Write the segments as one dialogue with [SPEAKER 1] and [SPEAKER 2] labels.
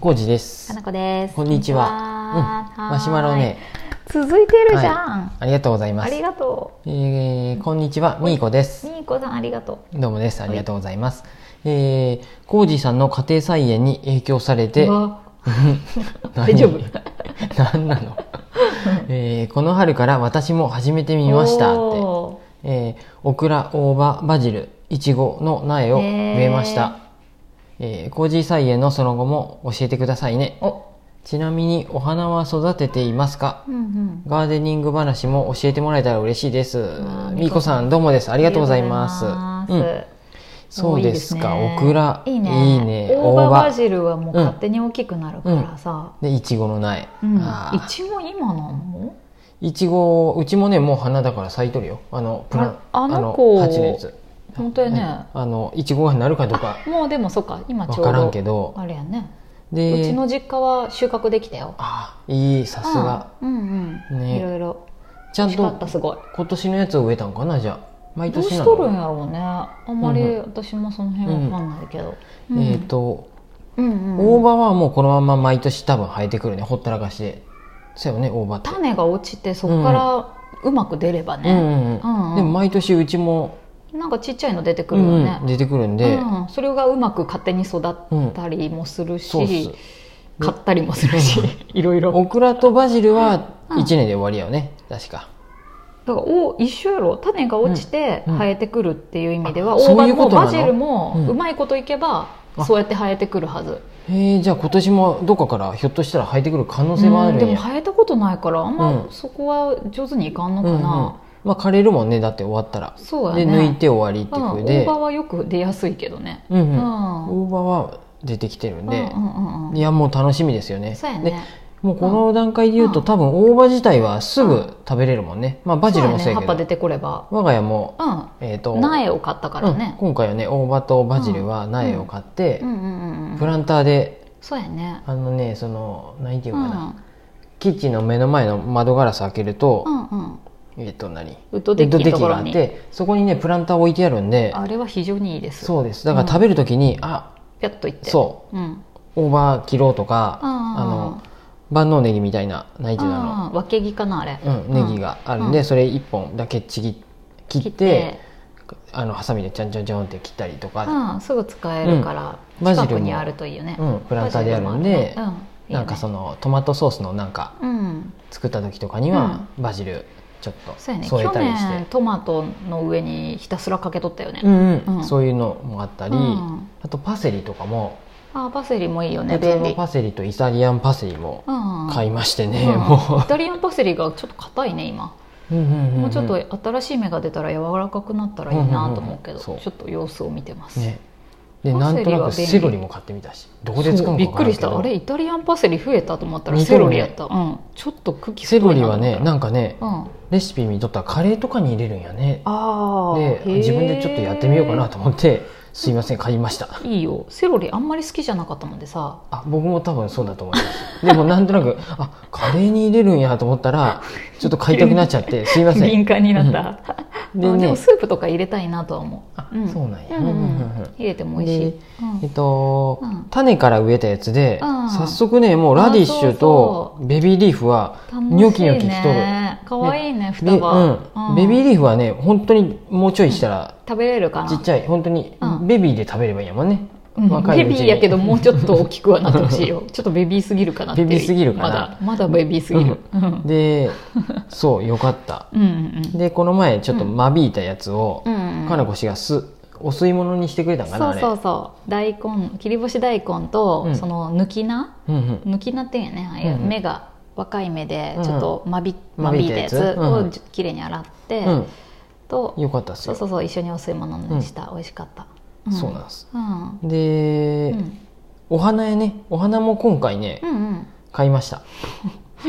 [SPEAKER 1] コウジです
[SPEAKER 2] か。なこです。
[SPEAKER 1] こんにちは。うん。マシュマロね。
[SPEAKER 2] こんにちは。続いてるじゃん。
[SPEAKER 1] ありがとうございま
[SPEAKER 2] あ
[SPEAKER 1] す
[SPEAKER 2] り。がと
[SPEAKER 1] えー、こんにちは、みーこで
[SPEAKER 2] う。
[SPEAKER 1] す。
[SPEAKER 2] みーこさんありがとう。
[SPEAKER 1] どうもです。ありがとうございます。えー、コウジさんの家庭菜園に影響されて
[SPEAKER 2] う、わ
[SPEAKER 1] 何
[SPEAKER 2] 大丈夫
[SPEAKER 1] 何な の、えーこの春から私も始めてみましたって。
[SPEAKER 2] お
[SPEAKER 1] えー、オクラ、大葉、バジル、イチゴの苗を植えました。えー、コウジ菜園のその後も教えてくださいね
[SPEAKER 2] ー。お。
[SPEAKER 1] ちなみにお花は育てていますか
[SPEAKER 2] うんうん。
[SPEAKER 1] ガーデニング話も教えてもらえたら嬉しいです
[SPEAKER 2] あ。ー
[SPEAKER 1] みーこさん、どうもです。あ
[SPEAKER 2] あ
[SPEAKER 1] りがとうございます。うん、そうですか、
[SPEAKER 2] おいい
[SPEAKER 1] オ
[SPEAKER 2] ですね
[SPEAKER 1] クラ、
[SPEAKER 2] いいね。
[SPEAKER 1] いいね
[SPEAKER 2] 大
[SPEAKER 1] 大
[SPEAKER 2] 葉バ
[SPEAKER 1] 葉、
[SPEAKER 2] ジルはもう勝手に大きくなるからさ。
[SPEAKER 1] で、いちごの苗。
[SPEAKER 2] うん。
[SPEAKER 1] あ
[SPEAKER 2] い
[SPEAKER 1] ー
[SPEAKER 2] ちご今なの？
[SPEAKER 1] いちご、うちもね、もう花だから咲いとるよ。あの、プラン、
[SPEAKER 2] ああの子
[SPEAKER 1] 鉢のやつ。
[SPEAKER 2] 本当やね
[SPEAKER 1] うんあの、いちごがなるかどうか
[SPEAKER 2] もうでもそっか
[SPEAKER 1] わ
[SPEAKER 2] 今ちょうど。
[SPEAKER 1] からんけど。
[SPEAKER 2] あれやね。
[SPEAKER 1] で、
[SPEAKER 2] うちの実家は収穫できたよ。
[SPEAKER 1] ああ、いい、さすが。
[SPEAKER 2] うんうんうん。
[SPEAKER 1] ね
[SPEAKER 2] いろいろ。
[SPEAKER 1] ちゃん
[SPEAKER 2] 美味しかっ
[SPEAKER 1] と
[SPEAKER 2] たすごい。
[SPEAKER 1] 今年のやつを植えたんかな、じゃあ。毎
[SPEAKER 2] どう
[SPEAKER 1] 年
[SPEAKER 2] し
[SPEAKER 1] な
[SPEAKER 2] とるん
[SPEAKER 1] の
[SPEAKER 2] やろうねあんま
[SPEAKER 1] うん
[SPEAKER 2] り
[SPEAKER 1] うん
[SPEAKER 2] 私もその辺わかんないけど、うん
[SPEAKER 1] えっと、
[SPEAKER 2] うんうん
[SPEAKER 1] 大葉はもうこのまま毎年多分生えてくるねほったらかしでそうよね大葉って、
[SPEAKER 2] 種が落ちてそこからうまく出れば
[SPEAKER 1] うん
[SPEAKER 2] ね、
[SPEAKER 1] うんうん
[SPEAKER 2] うんうん
[SPEAKER 1] でも毎年うちも、
[SPEAKER 2] なんかちっちゃいの出てく
[SPEAKER 1] う
[SPEAKER 2] る
[SPEAKER 1] ん
[SPEAKER 2] よ
[SPEAKER 1] うん
[SPEAKER 2] ね、
[SPEAKER 1] 出てくるん
[SPEAKER 2] うん
[SPEAKER 1] で、
[SPEAKER 2] それがうまく勝手に育ったりもするし、
[SPEAKER 1] そうっす
[SPEAKER 2] 買ったりもするし、いろいろ
[SPEAKER 1] オクラとバジルは
[SPEAKER 2] うん
[SPEAKER 1] 1年で終わりやよね確か
[SPEAKER 2] だからお一緒やろ種が落ちて
[SPEAKER 1] うんうん
[SPEAKER 2] 生えてくるっていう意味では、
[SPEAKER 1] あ
[SPEAKER 2] 大
[SPEAKER 1] そうい
[SPEAKER 2] 葉
[SPEAKER 1] うこ
[SPEAKER 2] も
[SPEAKER 1] となの
[SPEAKER 2] バジルも
[SPEAKER 1] うん
[SPEAKER 2] うまいこといけば
[SPEAKER 1] あ
[SPEAKER 2] そうやって生えてくるはず、
[SPEAKER 1] へえじゃあ今年もどこかからひょっとしたら生えてくる可能性はあるん
[SPEAKER 2] で
[SPEAKER 1] や
[SPEAKER 2] も生えたことないからあんま
[SPEAKER 1] うん
[SPEAKER 2] そこは上手にいかんのかな、
[SPEAKER 1] うんうんまあ枯れるもんねだって終わったら、
[SPEAKER 2] そうや
[SPEAKER 1] で
[SPEAKER 2] ね
[SPEAKER 1] 抜いて終わりっていうふ
[SPEAKER 2] う、
[SPEAKER 1] うんで
[SPEAKER 2] 大葉はよく出やすいけどね
[SPEAKER 1] うん
[SPEAKER 2] う、
[SPEAKER 1] うんん大葉は出てきてるん
[SPEAKER 2] う
[SPEAKER 1] で
[SPEAKER 2] んう、んうん
[SPEAKER 1] いやもう楽しみですよね
[SPEAKER 2] そうや
[SPEAKER 1] で
[SPEAKER 2] ね
[SPEAKER 1] もうこの段階で言うと、
[SPEAKER 2] うん
[SPEAKER 1] 多分大葉自体はすぐ食べれるもんね、まあ、バジルもそうや
[SPEAKER 2] ね葉
[SPEAKER 1] け
[SPEAKER 2] っ
[SPEAKER 1] ど、
[SPEAKER 2] ぱ出てこれば
[SPEAKER 1] 我が家も、
[SPEAKER 2] う
[SPEAKER 1] えー、と
[SPEAKER 2] ん苗を買ったから
[SPEAKER 1] うん
[SPEAKER 2] ね、
[SPEAKER 1] 今回はね大葉とバジルは苗を買って、
[SPEAKER 2] うん、うんうんう
[SPEAKER 1] プ
[SPEAKER 2] ん
[SPEAKER 1] ランターで
[SPEAKER 2] そうやね
[SPEAKER 1] あのねその何て言
[SPEAKER 2] う
[SPEAKER 1] うんかな、キッチンの目の前の窓ガラス開けると
[SPEAKER 2] う、んうん
[SPEAKER 1] えっ、と何
[SPEAKER 2] ウッドデッキのところ
[SPEAKER 1] ウッド
[SPEAKER 2] に
[SPEAKER 1] デッキがあってそこにねプランター置いてあるんで
[SPEAKER 2] あれは非常にいいです
[SPEAKER 1] そうですだから食べる時に、あ
[SPEAKER 2] ピャッといって、
[SPEAKER 1] そう
[SPEAKER 2] うん、
[SPEAKER 1] う大葉切ろうとか、
[SPEAKER 2] あー
[SPEAKER 1] あの万能ネギみたいな何て言うの
[SPEAKER 2] あー分け木かなあれ、
[SPEAKER 1] うん、ネギがあるんで、
[SPEAKER 2] うん
[SPEAKER 1] それ1本だけちぎ切って
[SPEAKER 2] 切って、
[SPEAKER 1] あのハサミでちゃんちゃんちゃんって切ったりと
[SPEAKER 2] う
[SPEAKER 1] か、
[SPEAKER 2] ん、すぐ使えるから、
[SPEAKER 1] うんバジルも
[SPEAKER 2] 近くにあるといいよね、
[SPEAKER 1] うんプランターであるんで、
[SPEAKER 2] バジルもあるねうん、
[SPEAKER 1] なんかそ
[SPEAKER 2] の
[SPEAKER 1] のトマトソースのなんか
[SPEAKER 2] うん
[SPEAKER 1] 作った時とかには、バジルちょっと
[SPEAKER 2] そうやね
[SPEAKER 1] 添え
[SPEAKER 2] 去
[SPEAKER 1] たりし
[SPEAKER 2] 年
[SPEAKER 1] て、
[SPEAKER 2] トマトの上にひたすらかけとったよね、
[SPEAKER 1] うんうん
[SPEAKER 2] うん
[SPEAKER 1] そういうのもあったり、
[SPEAKER 2] うん
[SPEAKER 1] あとパセリとかも
[SPEAKER 2] あーパセリもいいよね
[SPEAKER 1] 普通
[SPEAKER 2] 便利
[SPEAKER 1] のパセリとイタリアンパセリも
[SPEAKER 2] うん
[SPEAKER 1] 買いましてね、
[SPEAKER 2] うん
[SPEAKER 1] も
[SPEAKER 2] イタリアンパセリがちょっと硬いね今、
[SPEAKER 1] う,、うんうんうんうん
[SPEAKER 2] もうちょっと新しい芽が出たら柔らかくなったらいいなと思うけど、
[SPEAKER 1] うんうんうんそう
[SPEAKER 2] ちょっと様子を見てます、
[SPEAKER 1] ねでな
[SPEAKER 2] パセリは
[SPEAKER 1] んとなく
[SPEAKER 2] 便利
[SPEAKER 1] セロリも買ってみたしどこで使う
[SPEAKER 2] そ
[SPEAKER 1] の
[SPEAKER 2] う
[SPEAKER 1] か
[SPEAKER 2] びっくりした
[SPEAKER 1] わ
[SPEAKER 2] あ
[SPEAKER 1] からんけ
[SPEAKER 2] れ
[SPEAKER 1] ど
[SPEAKER 2] イタリアンパセリ増えたと思ったら
[SPEAKER 1] 似て
[SPEAKER 2] セ
[SPEAKER 1] るね
[SPEAKER 2] ロリやった、うん、ちょっと茎太
[SPEAKER 1] セ
[SPEAKER 2] いな
[SPEAKER 1] ロリはねなんかね、
[SPEAKER 2] うん、あ
[SPEAKER 1] レシピ見とったらカレーとかに入れるんやね
[SPEAKER 2] あ
[SPEAKER 1] で
[SPEAKER 2] へえ
[SPEAKER 1] 自分でちょっとやってみようかなと思ってすいません買いました
[SPEAKER 2] いいよセロリあんまり好きじゃなかったもんでさ
[SPEAKER 1] あ僕も多分そうだと思いますでもなんとなくあカレーに入れるんやと思ったらちょっと買いたくなっちゃ ってすいません
[SPEAKER 2] 敏感になった、
[SPEAKER 1] うんで
[SPEAKER 2] で
[SPEAKER 1] ね
[SPEAKER 2] でもスープとか入れたいなとは思う
[SPEAKER 1] あそうなんや
[SPEAKER 2] うん
[SPEAKER 1] うん
[SPEAKER 2] うんう
[SPEAKER 1] うんうん
[SPEAKER 2] ん入れても美味しい、
[SPEAKER 1] で
[SPEAKER 2] うん
[SPEAKER 1] えっと、
[SPEAKER 2] うん
[SPEAKER 1] 種から植えたやつで、
[SPEAKER 2] うん
[SPEAKER 1] 早速ねもうラディッシュと
[SPEAKER 2] あそう
[SPEAKER 1] ベビーリーフはニョキニョキしとる
[SPEAKER 2] かわいいね
[SPEAKER 1] で
[SPEAKER 2] 双葉、
[SPEAKER 1] うんベビーリーフはね本当にもうちょいしたら
[SPEAKER 2] 食べれるかな
[SPEAKER 1] ちっちゃい本当に
[SPEAKER 2] うん
[SPEAKER 1] ベビーで食べればいいやもんね、
[SPEAKER 2] うん
[SPEAKER 1] 若いう
[SPEAKER 2] ベ
[SPEAKER 1] ちに
[SPEAKER 2] ビーやけどもうちょっと大きくはなってほし いよちょっとベビーすぎるかなっていう
[SPEAKER 1] ベビーすぎるかな
[SPEAKER 2] まだまだベビーすぎるうんうん
[SPEAKER 1] でそうよかった
[SPEAKER 2] うんうん
[SPEAKER 1] でこの前ちょっと間引いたやつを、
[SPEAKER 2] うんうん
[SPEAKER 1] かなこ氏がすお吸い物にしてくれたんかな
[SPEAKER 2] そう
[SPEAKER 1] あれ
[SPEAKER 2] そうそう大根切り干し大根と、
[SPEAKER 1] うん
[SPEAKER 2] その抜き菜
[SPEAKER 1] うんうん
[SPEAKER 2] 抜き菜っていうんやねああいう
[SPEAKER 1] うんうん
[SPEAKER 2] 芽が若い芽で
[SPEAKER 1] うんうん
[SPEAKER 2] ちょっと間引,、
[SPEAKER 1] 間
[SPEAKER 2] 間
[SPEAKER 1] 引
[SPEAKER 2] 引
[SPEAKER 1] い
[SPEAKER 2] い
[SPEAKER 1] た
[SPEAKER 2] た
[SPEAKER 1] やつ
[SPEAKER 2] やつ
[SPEAKER 1] う
[SPEAKER 2] を
[SPEAKER 1] ん
[SPEAKER 2] きれいに洗って、
[SPEAKER 1] う
[SPEAKER 2] と
[SPEAKER 1] ん、よかったっす
[SPEAKER 2] そ
[SPEAKER 1] よ
[SPEAKER 2] うそうそう一緒にお吸い物にした、美味しかった、ん
[SPEAKER 1] そうなんです
[SPEAKER 2] うん
[SPEAKER 1] で、
[SPEAKER 2] うん
[SPEAKER 1] お花やねお花も今回ね、
[SPEAKER 2] うんうん
[SPEAKER 1] 買いました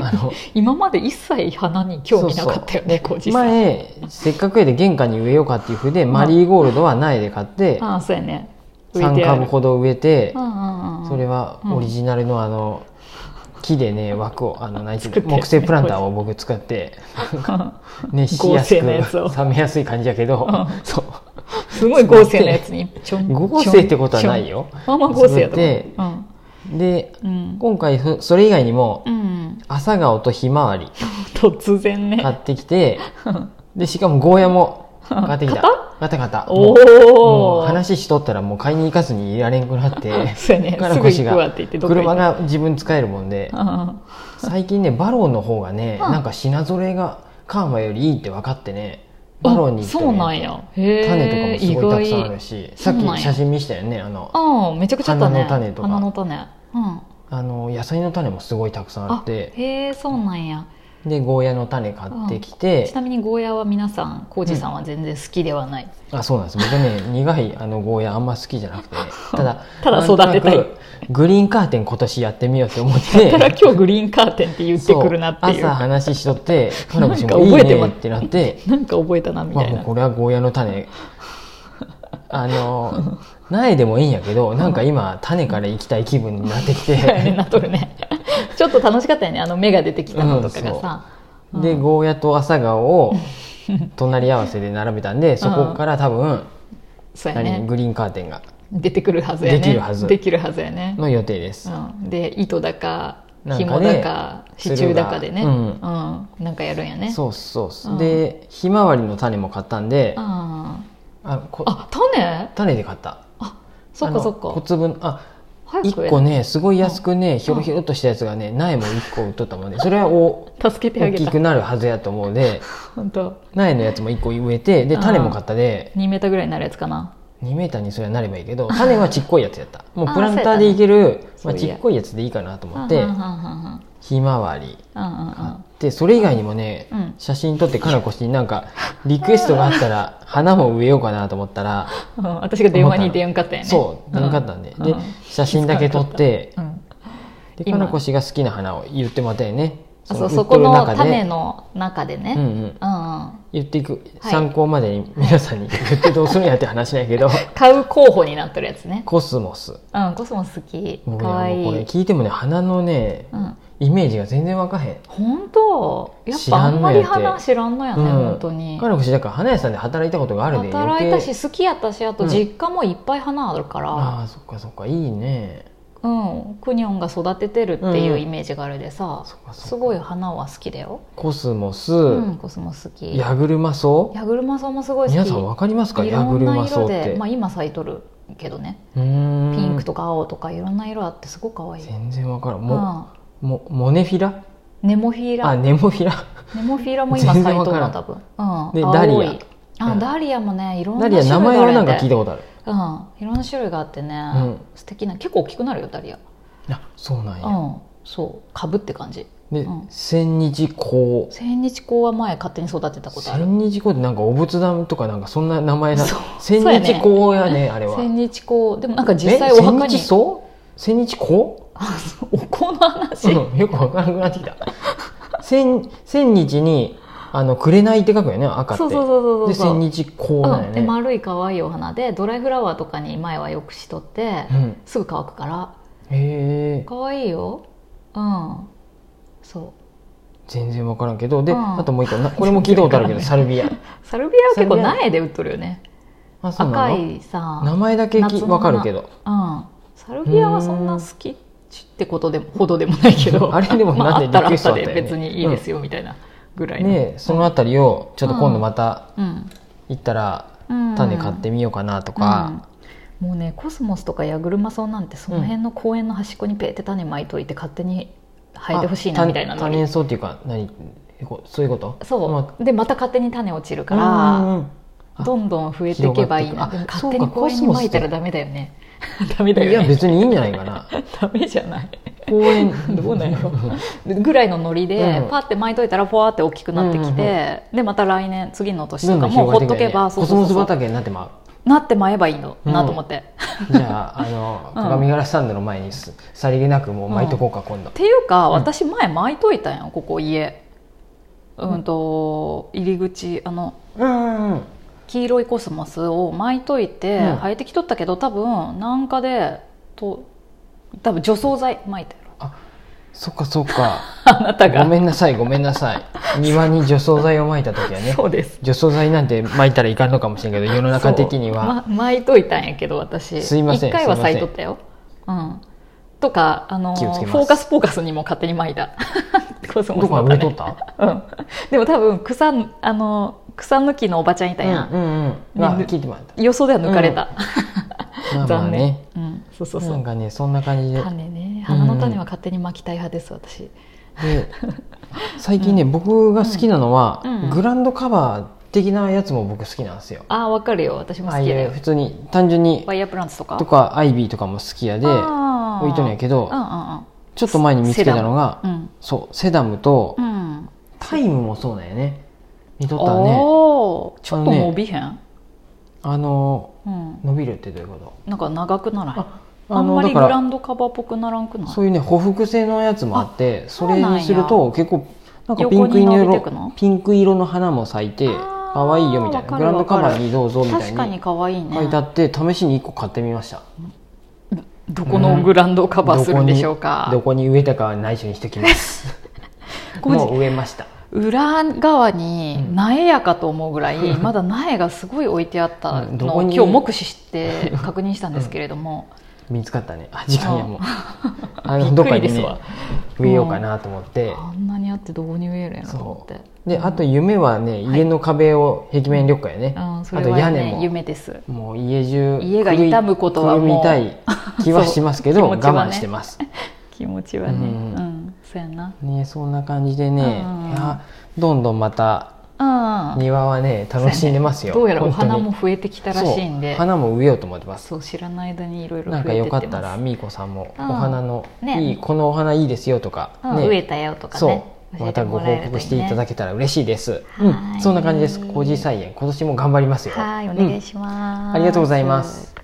[SPEAKER 1] あ の
[SPEAKER 2] 今まで一切花に興味なかったよね浩二さん、
[SPEAKER 1] 前せっかくやで玄関に植えようかっていうふうでマリーゴールドは苗で買って
[SPEAKER 2] ああそうやね
[SPEAKER 1] 3株
[SPEAKER 2] ど
[SPEAKER 1] ほど植えて
[SPEAKER 2] うんうんうん、
[SPEAKER 1] それはオリジナルのあの木でね枠をあの何ていう
[SPEAKER 2] 作っ
[SPEAKER 1] の
[SPEAKER 2] てるね
[SPEAKER 1] 木製プランターを僕使って熱し
[SPEAKER 2] 合
[SPEAKER 1] やす
[SPEAKER 2] 成
[SPEAKER 1] く
[SPEAKER 2] のやつを
[SPEAKER 1] 冷めやすい感じやけど、
[SPEAKER 2] うん
[SPEAKER 1] そう
[SPEAKER 2] すごい合成のやつにちょん
[SPEAKER 1] 合成ってことはないよ
[SPEAKER 2] ちょんまあまあ合成や
[SPEAKER 1] 作っ
[SPEAKER 2] と思う
[SPEAKER 1] て
[SPEAKER 2] うん
[SPEAKER 1] で
[SPEAKER 2] うん
[SPEAKER 1] 今回ふそれ以外にも
[SPEAKER 2] うん、
[SPEAKER 1] 朝顔とひまわり
[SPEAKER 2] 突然ね
[SPEAKER 1] 買ってきてでしかもゴーヤも買ってきた
[SPEAKER 2] 買
[SPEAKER 1] ガタガタもう
[SPEAKER 2] お
[SPEAKER 1] も
[SPEAKER 2] お
[SPEAKER 1] う話しとったらもう買いに行かずにいられんくなって
[SPEAKER 2] そうやね
[SPEAKER 1] から
[SPEAKER 2] すぐ
[SPEAKER 1] 腰
[SPEAKER 2] 行くわ
[SPEAKER 1] が
[SPEAKER 2] って言ってどっか行
[SPEAKER 1] 車
[SPEAKER 2] っ
[SPEAKER 1] が自分使えるもんで
[SPEAKER 2] うん
[SPEAKER 1] 最近ねバロンの方がね
[SPEAKER 2] うん
[SPEAKER 1] なんか品揃えがカーマよりいいって分かってねバロンに行っ
[SPEAKER 2] あ
[SPEAKER 1] て、
[SPEAKER 2] そうなん
[SPEAKER 1] ね、
[SPEAKER 2] やへえ
[SPEAKER 1] 種とかもすごいたくさんあ
[SPEAKER 2] 意
[SPEAKER 1] る
[SPEAKER 2] 外
[SPEAKER 1] し
[SPEAKER 2] そ
[SPEAKER 1] さ
[SPEAKER 2] う
[SPEAKER 1] っ
[SPEAKER 2] なんや
[SPEAKER 1] き写真見したよねあの
[SPEAKER 2] うんめちゃくちゃあった
[SPEAKER 1] 花
[SPEAKER 2] ね
[SPEAKER 1] の種とか
[SPEAKER 2] 花の種うん
[SPEAKER 1] あの野菜の種もすごいたくさんあ
[SPEAKER 2] あ
[SPEAKER 1] って
[SPEAKER 2] へえそうなんや
[SPEAKER 1] でゴーヤの種買ってき
[SPEAKER 2] ち
[SPEAKER 1] て、
[SPEAKER 2] なみにゴーヤは皆さん浩二さんは全然好きではない、
[SPEAKER 1] あそうなんです僕ね苦いあのゴーヤあんま好きじゃなくてただ
[SPEAKER 2] ただ育てたい
[SPEAKER 1] なんとなくグリーンカーテン今年やってみようって思って
[SPEAKER 2] だから今日グリーンカーテンって言ってくるなってい
[SPEAKER 1] そうう朝話しとってカナブシ
[SPEAKER 2] なん
[SPEAKER 1] も
[SPEAKER 2] か
[SPEAKER 1] いい
[SPEAKER 2] 覚えて
[SPEAKER 1] ね
[SPEAKER 2] ま
[SPEAKER 1] ってなって
[SPEAKER 2] なんか覚えたなみ
[SPEAKER 1] ま
[SPEAKER 2] た
[SPEAKER 1] あ
[SPEAKER 2] い
[SPEAKER 1] も
[SPEAKER 2] な、
[SPEAKER 1] うこれはゴーヤの種あの苗でもいいんやけどなんか今種から行きたい気分になってき て
[SPEAKER 2] なっとるね ちょっと楽しかったよねあの目が出てきたのとかがさ、うん
[SPEAKER 1] でゴーヤと朝顔 を隣り合わせで並べたんでそこから多分
[SPEAKER 2] そうや
[SPEAKER 1] 何
[SPEAKER 2] ね
[SPEAKER 1] グリーンカーテンが
[SPEAKER 2] 出てくるはずやね
[SPEAKER 1] できるはず
[SPEAKER 2] できるはずやね、
[SPEAKER 1] の予定です
[SPEAKER 2] うん、で糸だか
[SPEAKER 1] なん
[SPEAKER 2] 紐
[SPEAKER 1] かね
[SPEAKER 2] だか支柱だかでね、
[SPEAKER 1] つるがうん
[SPEAKER 2] うんなんかやるんやね
[SPEAKER 1] そうそうそううんでひまわりの種も買ったんで
[SPEAKER 2] あ
[SPEAKER 1] あこ
[SPEAKER 2] あ種
[SPEAKER 1] 種で買った
[SPEAKER 2] そっ
[SPEAKER 1] あ
[SPEAKER 2] か
[SPEAKER 1] の
[SPEAKER 2] そっか
[SPEAKER 1] 小粒あ
[SPEAKER 2] 早く
[SPEAKER 1] 1個ねすごい安くねひょろひょろっとしたやつがね苗も1個売っとったもんでそれはお
[SPEAKER 2] 助けてあ
[SPEAKER 1] 大
[SPEAKER 2] げ
[SPEAKER 1] き
[SPEAKER 2] た
[SPEAKER 1] くなるはずやと思うんで
[SPEAKER 2] 本当
[SPEAKER 1] 苗のやつも1個植えてで
[SPEAKER 2] うん
[SPEAKER 1] 種も買ったで
[SPEAKER 2] 2メーターぐらいになるやつかな
[SPEAKER 1] 2メーターにそれはなればいいけど種はちっこいやつやったもう
[SPEAKER 2] あ
[SPEAKER 1] プランターでいける、
[SPEAKER 2] そ
[SPEAKER 1] ま
[SPEAKER 2] うや
[SPEAKER 1] あ、ちっこいやつでいいかなと思っ
[SPEAKER 2] う
[SPEAKER 1] て
[SPEAKER 2] んうんうん
[SPEAKER 1] ひまわり
[SPEAKER 2] うん
[SPEAKER 1] でそれ以外にもね、
[SPEAKER 2] うん
[SPEAKER 1] 写真撮ってかなこしになんかリクエストがあったら花も植えようかなと思ったら
[SPEAKER 2] うんうん私が電話に出やんかったよね
[SPEAKER 1] そう出なかったんで、
[SPEAKER 2] う
[SPEAKER 1] で写真だけ撮って
[SPEAKER 2] うん
[SPEAKER 1] で
[SPEAKER 2] 今
[SPEAKER 1] かなこしが好きな花を言ってもらったよね
[SPEAKER 2] あそ
[SPEAKER 1] の
[SPEAKER 2] うそこの
[SPEAKER 1] 売っとる中で
[SPEAKER 2] 種の中でね
[SPEAKER 1] う
[SPEAKER 2] うん
[SPEAKER 1] うんん、
[SPEAKER 2] うん
[SPEAKER 1] 言っていく、
[SPEAKER 2] はい
[SPEAKER 1] 参考までに皆さん に言ってどうするんやって話なんやけど
[SPEAKER 2] 買う候補になってるやつね
[SPEAKER 1] コスモス
[SPEAKER 2] うんコスモス好き
[SPEAKER 1] 僕ね
[SPEAKER 2] かわい
[SPEAKER 1] もうこ
[SPEAKER 2] い
[SPEAKER 1] れ聞いてもね花のね
[SPEAKER 2] うん
[SPEAKER 1] イメージが全然わかへん
[SPEAKER 2] 本当やっ
[SPEAKER 1] 知
[SPEAKER 2] ぱ
[SPEAKER 1] ら
[SPEAKER 2] あ
[SPEAKER 1] んのやって
[SPEAKER 2] んまり花知らんのやね
[SPEAKER 1] うん
[SPEAKER 2] 本当に
[SPEAKER 1] 彼女だから花屋さんで働いたことがあるで
[SPEAKER 2] 働いた
[SPEAKER 1] 余計
[SPEAKER 2] し好きやったしあ
[SPEAKER 1] う
[SPEAKER 2] と
[SPEAKER 1] ん
[SPEAKER 2] 実家もいっぱい花あるから
[SPEAKER 1] ああそっかそっかいいね
[SPEAKER 2] うんクニョンが育ててるってい
[SPEAKER 1] うん
[SPEAKER 2] うイメージがあるでさ
[SPEAKER 1] そっかそっか
[SPEAKER 2] すごい花は好きだよ
[SPEAKER 1] コスモス、
[SPEAKER 2] うんコスモス好き
[SPEAKER 1] ヤグルマソ
[SPEAKER 2] ヤグルマさんもすごい好き
[SPEAKER 1] 皆さんわかりますか
[SPEAKER 2] い
[SPEAKER 1] ヤ
[SPEAKER 2] ろ
[SPEAKER 1] グ
[SPEAKER 2] ん
[SPEAKER 1] ル
[SPEAKER 2] な
[SPEAKER 1] マソ
[SPEAKER 2] 色
[SPEAKER 1] っ
[SPEAKER 2] で
[SPEAKER 1] て、
[SPEAKER 2] まあ、今咲いとるけどね
[SPEAKER 1] うーん
[SPEAKER 2] ピンクとか青とかいろんな色あってすごく可愛い
[SPEAKER 1] 全然わからん
[SPEAKER 2] う
[SPEAKER 1] も,、
[SPEAKER 2] ん
[SPEAKER 1] もモネフィラ
[SPEAKER 2] ネモフィ
[SPEAKER 1] あ
[SPEAKER 2] ラ
[SPEAKER 1] ネモフィラ
[SPEAKER 2] ネモフィラも今咲いと
[SPEAKER 1] 全
[SPEAKER 2] る
[SPEAKER 1] 然わ
[SPEAKER 2] な
[SPEAKER 1] か
[SPEAKER 2] 多分うん
[SPEAKER 1] で
[SPEAKER 2] 青
[SPEAKER 1] ダリア
[SPEAKER 2] いあダリアもねいろんな
[SPEAKER 1] ダ
[SPEAKER 2] 種
[SPEAKER 1] リア
[SPEAKER 2] 類
[SPEAKER 1] 名
[SPEAKER 2] がある
[SPEAKER 1] 前はなんか聞い
[SPEAKER 2] た
[SPEAKER 1] たことある
[SPEAKER 2] うんいろんな種類があってね
[SPEAKER 1] うん
[SPEAKER 2] 素敵な結構大きくなるよダリア
[SPEAKER 1] あそうなんや、
[SPEAKER 2] うんそう株って感じ
[SPEAKER 1] で、
[SPEAKER 2] うん
[SPEAKER 1] 千日紅
[SPEAKER 2] 千日紅は前勝手に育てたことある
[SPEAKER 1] 千日紅ってなんかお仏壇とかなんかそんな名前な
[SPEAKER 2] そう
[SPEAKER 1] 千
[SPEAKER 2] そうや
[SPEAKER 1] 日
[SPEAKER 2] ね
[SPEAKER 1] 紅やねあれは
[SPEAKER 2] 千日紅でもなんか
[SPEAKER 1] え
[SPEAKER 2] 実際お墓
[SPEAKER 1] 千
[SPEAKER 2] に
[SPEAKER 1] 日草千日紅、
[SPEAKER 2] あそうお香の話
[SPEAKER 1] うん、よくわからなくなってきた千千日にあの紅って書くよね赤って
[SPEAKER 2] そうそうそうそう
[SPEAKER 1] で
[SPEAKER 2] そ
[SPEAKER 1] 千
[SPEAKER 2] う
[SPEAKER 1] 日紅なん
[SPEAKER 2] う
[SPEAKER 1] よね、
[SPEAKER 2] ん、で
[SPEAKER 1] うん
[SPEAKER 2] 丸い可愛いお花でドライフラワーとかに前はよくしとって、すぐ乾くから
[SPEAKER 1] へえ
[SPEAKER 2] 可愛いようんそ
[SPEAKER 1] 全然わからんけどで、
[SPEAKER 2] うん
[SPEAKER 1] あともう一個なこれも聞いたことある けどサルビア
[SPEAKER 2] うサルビアは結
[SPEAKER 1] サ
[SPEAKER 2] 構
[SPEAKER 1] ルビア
[SPEAKER 2] 苗で売っとるよね
[SPEAKER 1] あそうな
[SPEAKER 2] 赤
[SPEAKER 1] の
[SPEAKER 2] いさ
[SPEAKER 1] 名前だけ
[SPEAKER 2] 夏
[SPEAKER 1] き
[SPEAKER 2] の花
[SPEAKER 1] わかるけど
[SPEAKER 2] うんサルビアはそんな好きってことでもほどでもないけ ど
[SPEAKER 1] あれでも
[SPEAKER 2] ま
[SPEAKER 1] なん
[SPEAKER 2] あ、
[SPEAKER 1] で
[SPEAKER 2] あったらあ
[SPEAKER 1] リクエ
[SPEAKER 2] っ
[SPEAKER 1] ストあ
[SPEAKER 2] た
[SPEAKER 1] った
[SPEAKER 2] で
[SPEAKER 1] よね
[SPEAKER 2] 別にいいですよみたいなぐらいの、
[SPEAKER 1] でそのあたりをちょっと今度また
[SPEAKER 2] うん
[SPEAKER 1] 行ったら
[SPEAKER 2] うん、
[SPEAKER 1] 種買ってみようかなとか、
[SPEAKER 2] うんもうねコスモスとかヤグルマソウなんてその辺の公園の端っこにペーって種まいといて勝手に生えてほしいなみたいな
[SPEAKER 1] あ
[SPEAKER 2] の
[SPEAKER 1] 多多
[SPEAKER 2] に
[SPEAKER 1] 年草っていうか何こうそういうこと
[SPEAKER 2] そ
[SPEAKER 1] ま
[SPEAKER 2] うでまた勝手に種落ちる
[SPEAKER 1] あ
[SPEAKER 2] か
[SPEAKER 1] うん
[SPEAKER 2] ら
[SPEAKER 1] うんあ
[SPEAKER 2] どんどん増えていけばいいな
[SPEAKER 1] 広がって
[SPEAKER 2] で
[SPEAKER 1] いくあそうか
[SPEAKER 2] も勝手に公園にまいたら
[SPEAKER 1] コス
[SPEAKER 2] ダメだよねダメだ
[SPEAKER 1] いや
[SPEAKER 2] よね
[SPEAKER 1] 別にいいんじゃないか な
[SPEAKER 2] ダメじゃない
[SPEAKER 1] 公園
[SPEAKER 2] どうなんやろぐらいのノ
[SPEAKER 1] う
[SPEAKER 2] リで
[SPEAKER 1] ん
[SPEAKER 2] パってまいといたらポワって大きくなってきてでまた来年次の年とかも
[SPEAKER 1] 広が
[SPEAKER 2] ほっと
[SPEAKER 1] てい
[SPEAKER 2] け
[SPEAKER 1] くよ
[SPEAKER 2] ば
[SPEAKER 1] ね
[SPEAKER 2] そう
[SPEAKER 1] コス
[SPEAKER 2] そう
[SPEAKER 1] モス
[SPEAKER 2] そう
[SPEAKER 1] 畑になって ま
[SPEAKER 2] なってまえばいいのなと思って。
[SPEAKER 1] うじゃああの
[SPEAKER 2] うん
[SPEAKER 1] 鏡柄スタンドの前にすさりげなくもう巻いとこうか今度
[SPEAKER 2] っ、ていうか私前巻いといたんやんここ家うんと入り口あの
[SPEAKER 1] うんうん
[SPEAKER 2] 黄色いコスモスを巻いといて
[SPEAKER 1] うん
[SPEAKER 2] 生えてきとったけど多分なんかでと多分除草剤巻いたやろ
[SPEAKER 1] そっかそっ か
[SPEAKER 2] あなた
[SPEAKER 1] ご
[SPEAKER 2] が
[SPEAKER 1] めんなさいごめんなさい庭に除草剤を撒いた時はね
[SPEAKER 2] そうです
[SPEAKER 1] 除草剤なんて撒いたらいかんのかもしれんけど世の中的には
[SPEAKER 2] そうま巻いといたんやけど私
[SPEAKER 1] すいません
[SPEAKER 2] 一回は
[SPEAKER 1] すいません
[SPEAKER 2] 咲いとったようんとかあの
[SPEAKER 1] 気をつけます
[SPEAKER 2] フォーカスフォーカスにも勝手にまいたコスモ
[SPEAKER 1] ど
[SPEAKER 2] ス
[SPEAKER 1] こ
[SPEAKER 2] の
[SPEAKER 1] に植
[SPEAKER 2] 種
[SPEAKER 1] えと った
[SPEAKER 2] うん、でも多分草あの草抜きのおばちゃんいた
[SPEAKER 1] うんう
[SPEAKER 2] やん、
[SPEAKER 1] んうんは聞いてもらっ
[SPEAKER 2] 予想では抜かれ
[SPEAKER 1] た
[SPEAKER 2] た、
[SPEAKER 1] まあまあ
[SPEAKER 2] 残念
[SPEAKER 1] ね、
[SPEAKER 2] うん、そうそうそ
[SPEAKER 1] な
[SPEAKER 2] うん
[SPEAKER 1] かねそんな感じで
[SPEAKER 2] 種ね花の種は勝手に巻きたい派です私
[SPEAKER 1] で最近ね、僕が好きなのは、
[SPEAKER 2] うん
[SPEAKER 1] グランドカバー的なやつも僕好きなんですよ、
[SPEAKER 2] ああわかるよ私も
[SPEAKER 1] あ
[SPEAKER 2] 好
[SPEAKER 1] あ
[SPEAKER 2] き
[SPEAKER 1] い
[SPEAKER 2] で
[SPEAKER 1] う普通に単純に
[SPEAKER 2] ワイヤープランツとか
[SPEAKER 1] とかアイビーとかも好きやで置
[SPEAKER 2] 置
[SPEAKER 1] いとるんやけ
[SPEAKER 2] ど
[SPEAKER 1] ど
[SPEAKER 2] うんうん
[SPEAKER 1] ちょっと前に見つけたのが
[SPEAKER 2] うん
[SPEAKER 1] そうセダムと、
[SPEAKER 2] うん、うん、
[SPEAKER 1] タイムもそうなんやね見とったらね
[SPEAKER 2] おーちょっと
[SPEAKER 1] あのね
[SPEAKER 2] 伸びへん、
[SPEAKER 1] あの
[SPEAKER 2] うん、
[SPEAKER 1] 伸びるってどういうこと
[SPEAKER 2] なんか長くならへんあ
[SPEAKER 1] あ
[SPEAKER 2] ん
[SPEAKER 1] の
[SPEAKER 2] まり
[SPEAKER 1] だ
[SPEAKER 2] グ
[SPEAKER 1] か
[SPEAKER 2] ラ
[SPEAKER 1] ら
[SPEAKER 2] ンドカバーっぽくならんくない
[SPEAKER 1] そういうねほふく製のやつもあってそ
[SPEAKER 2] そう
[SPEAKER 1] れ
[SPEAKER 2] なんや
[SPEAKER 1] にすると結構なんかピンク
[SPEAKER 2] 横に伸びて
[SPEAKER 1] 色
[SPEAKER 2] くの
[SPEAKER 1] ピンク色の花も咲いて
[SPEAKER 2] あー
[SPEAKER 1] 可愛いよみたい
[SPEAKER 2] わ
[SPEAKER 1] な
[SPEAKER 2] か
[SPEAKER 1] グ
[SPEAKER 2] る
[SPEAKER 1] ランドカバーにどうぞみたい
[SPEAKER 2] 確か
[SPEAKER 1] に
[SPEAKER 2] に可愛いね
[SPEAKER 1] 書いてあって試しに1個買ってみました
[SPEAKER 2] どこのグランドをカバーするんでしょうか、
[SPEAKER 1] どこに植えたかは内緒にしてきます
[SPEAKER 2] ごじ
[SPEAKER 1] もう植えました
[SPEAKER 2] 裏側に
[SPEAKER 1] うん
[SPEAKER 2] 苗やかと思うぐらい、 まだ苗がすごい置いてあった
[SPEAKER 1] うんど
[SPEAKER 2] のを
[SPEAKER 1] こに
[SPEAKER 2] 今日目視 して確認したんですけれども、
[SPEAKER 1] 見つかったねあ時間や もうあ
[SPEAKER 2] び
[SPEAKER 1] の
[SPEAKER 2] っ
[SPEAKER 1] ど
[SPEAKER 2] く
[SPEAKER 1] っか
[SPEAKER 2] りで
[SPEAKER 1] に
[SPEAKER 2] す
[SPEAKER 1] ね
[SPEAKER 2] わ
[SPEAKER 1] 植えようかなと思って
[SPEAKER 2] あんなにあってどこに植えるんやろと思って
[SPEAKER 1] であと夢はね家の壁を壁面緑化やね
[SPEAKER 2] うん、
[SPEAKER 1] あ
[SPEAKER 2] そ
[SPEAKER 1] と
[SPEAKER 2] れは、
[SPEAKER 1] 屋根
[SPEAKER 2] ね、
[SPEAKER 1] も
[SPEAKER 2] 夢です
[SPEAKER 1] もう家中
[SPEAKER 2] 家が傷むことはもう
[SPEAKER 1] くるみたい気 はしますけど
[SPEAKER 2] そう気持ちはね
[SPEAKER 1] 我慢してます
[SPEAKER 2] 気持ちはね、
[SPEAKER 1] う
[SPEAKER 2] う
[SPEAKER 1] んん
[SPEAKER 2] そうやな
[SPEAKER 1] ねそんな感じでね
[SPEAKER 2] うん
[SPEAKER 1] いやどんどんまた
[SPEAKER 2] ああ
[SPEAKER 1] 庭はね楽しんでますよ
[SPEAKER 2] どうやらお花
[SPEAKER 1] 本当に
[SPEAKER 2] も増えてきたらしいん
[SPEAKER 1] そう
[SPEAKER 2] で
[SPEAKER 1] 花も植えようと思ってます
[SPEAKER 2] そう知らない間にいろいろ増
[SPEAKER 1] な
[SPEAKER 2] え
[SPEAKER 1] んか
[SPEAKER 2] てっ
[SPEAKER 1] よ
[SPEAKER 2] て
[SPEAKER 1] か
[SPEAKER 2] ま
[SPEAKER 1] ったら
[SPEAKER 2] す
[SPEAKER 1] みーこさんもお
[SPEAKER 2] うん
[SPEAKER 1] 花の
[SPEAKER 2] ね
[SPEAKER 1] いいこのお花いいですよとか
[SPEAKER 2] うん
[SPEAKER 1] ね
[SPEAKER 2] 植えたよとかね
[SPEAKER 1] そう
[SPEAKER 2] 教え
[SPEAKER 1] ま
[SPEAKER 2] て
[SPEAKER 1] た
[SPEAKER 2] も
[SPEAKER 1] ご
[SPEAKER 2] らえ
[SPEAKER 1] 報
[SPEAKER 2] るといいね
[SPEAKER 1] 告していただけたら嬉しいです、
[SPEAKER 2] は
[SPEAKER 1] う
[SPEAKER 2] ーい
[SPEAKER 1] ん、そんな感じです工事菜園今年も頑張りますよ
[SPEAKER 2] はいお願
[SPEAKER 1] う
[SPEAKER 2] い
[SPEAKER 1] ん
[SPEAKER 2] します、
[SPEAKER 1] ありがとうございます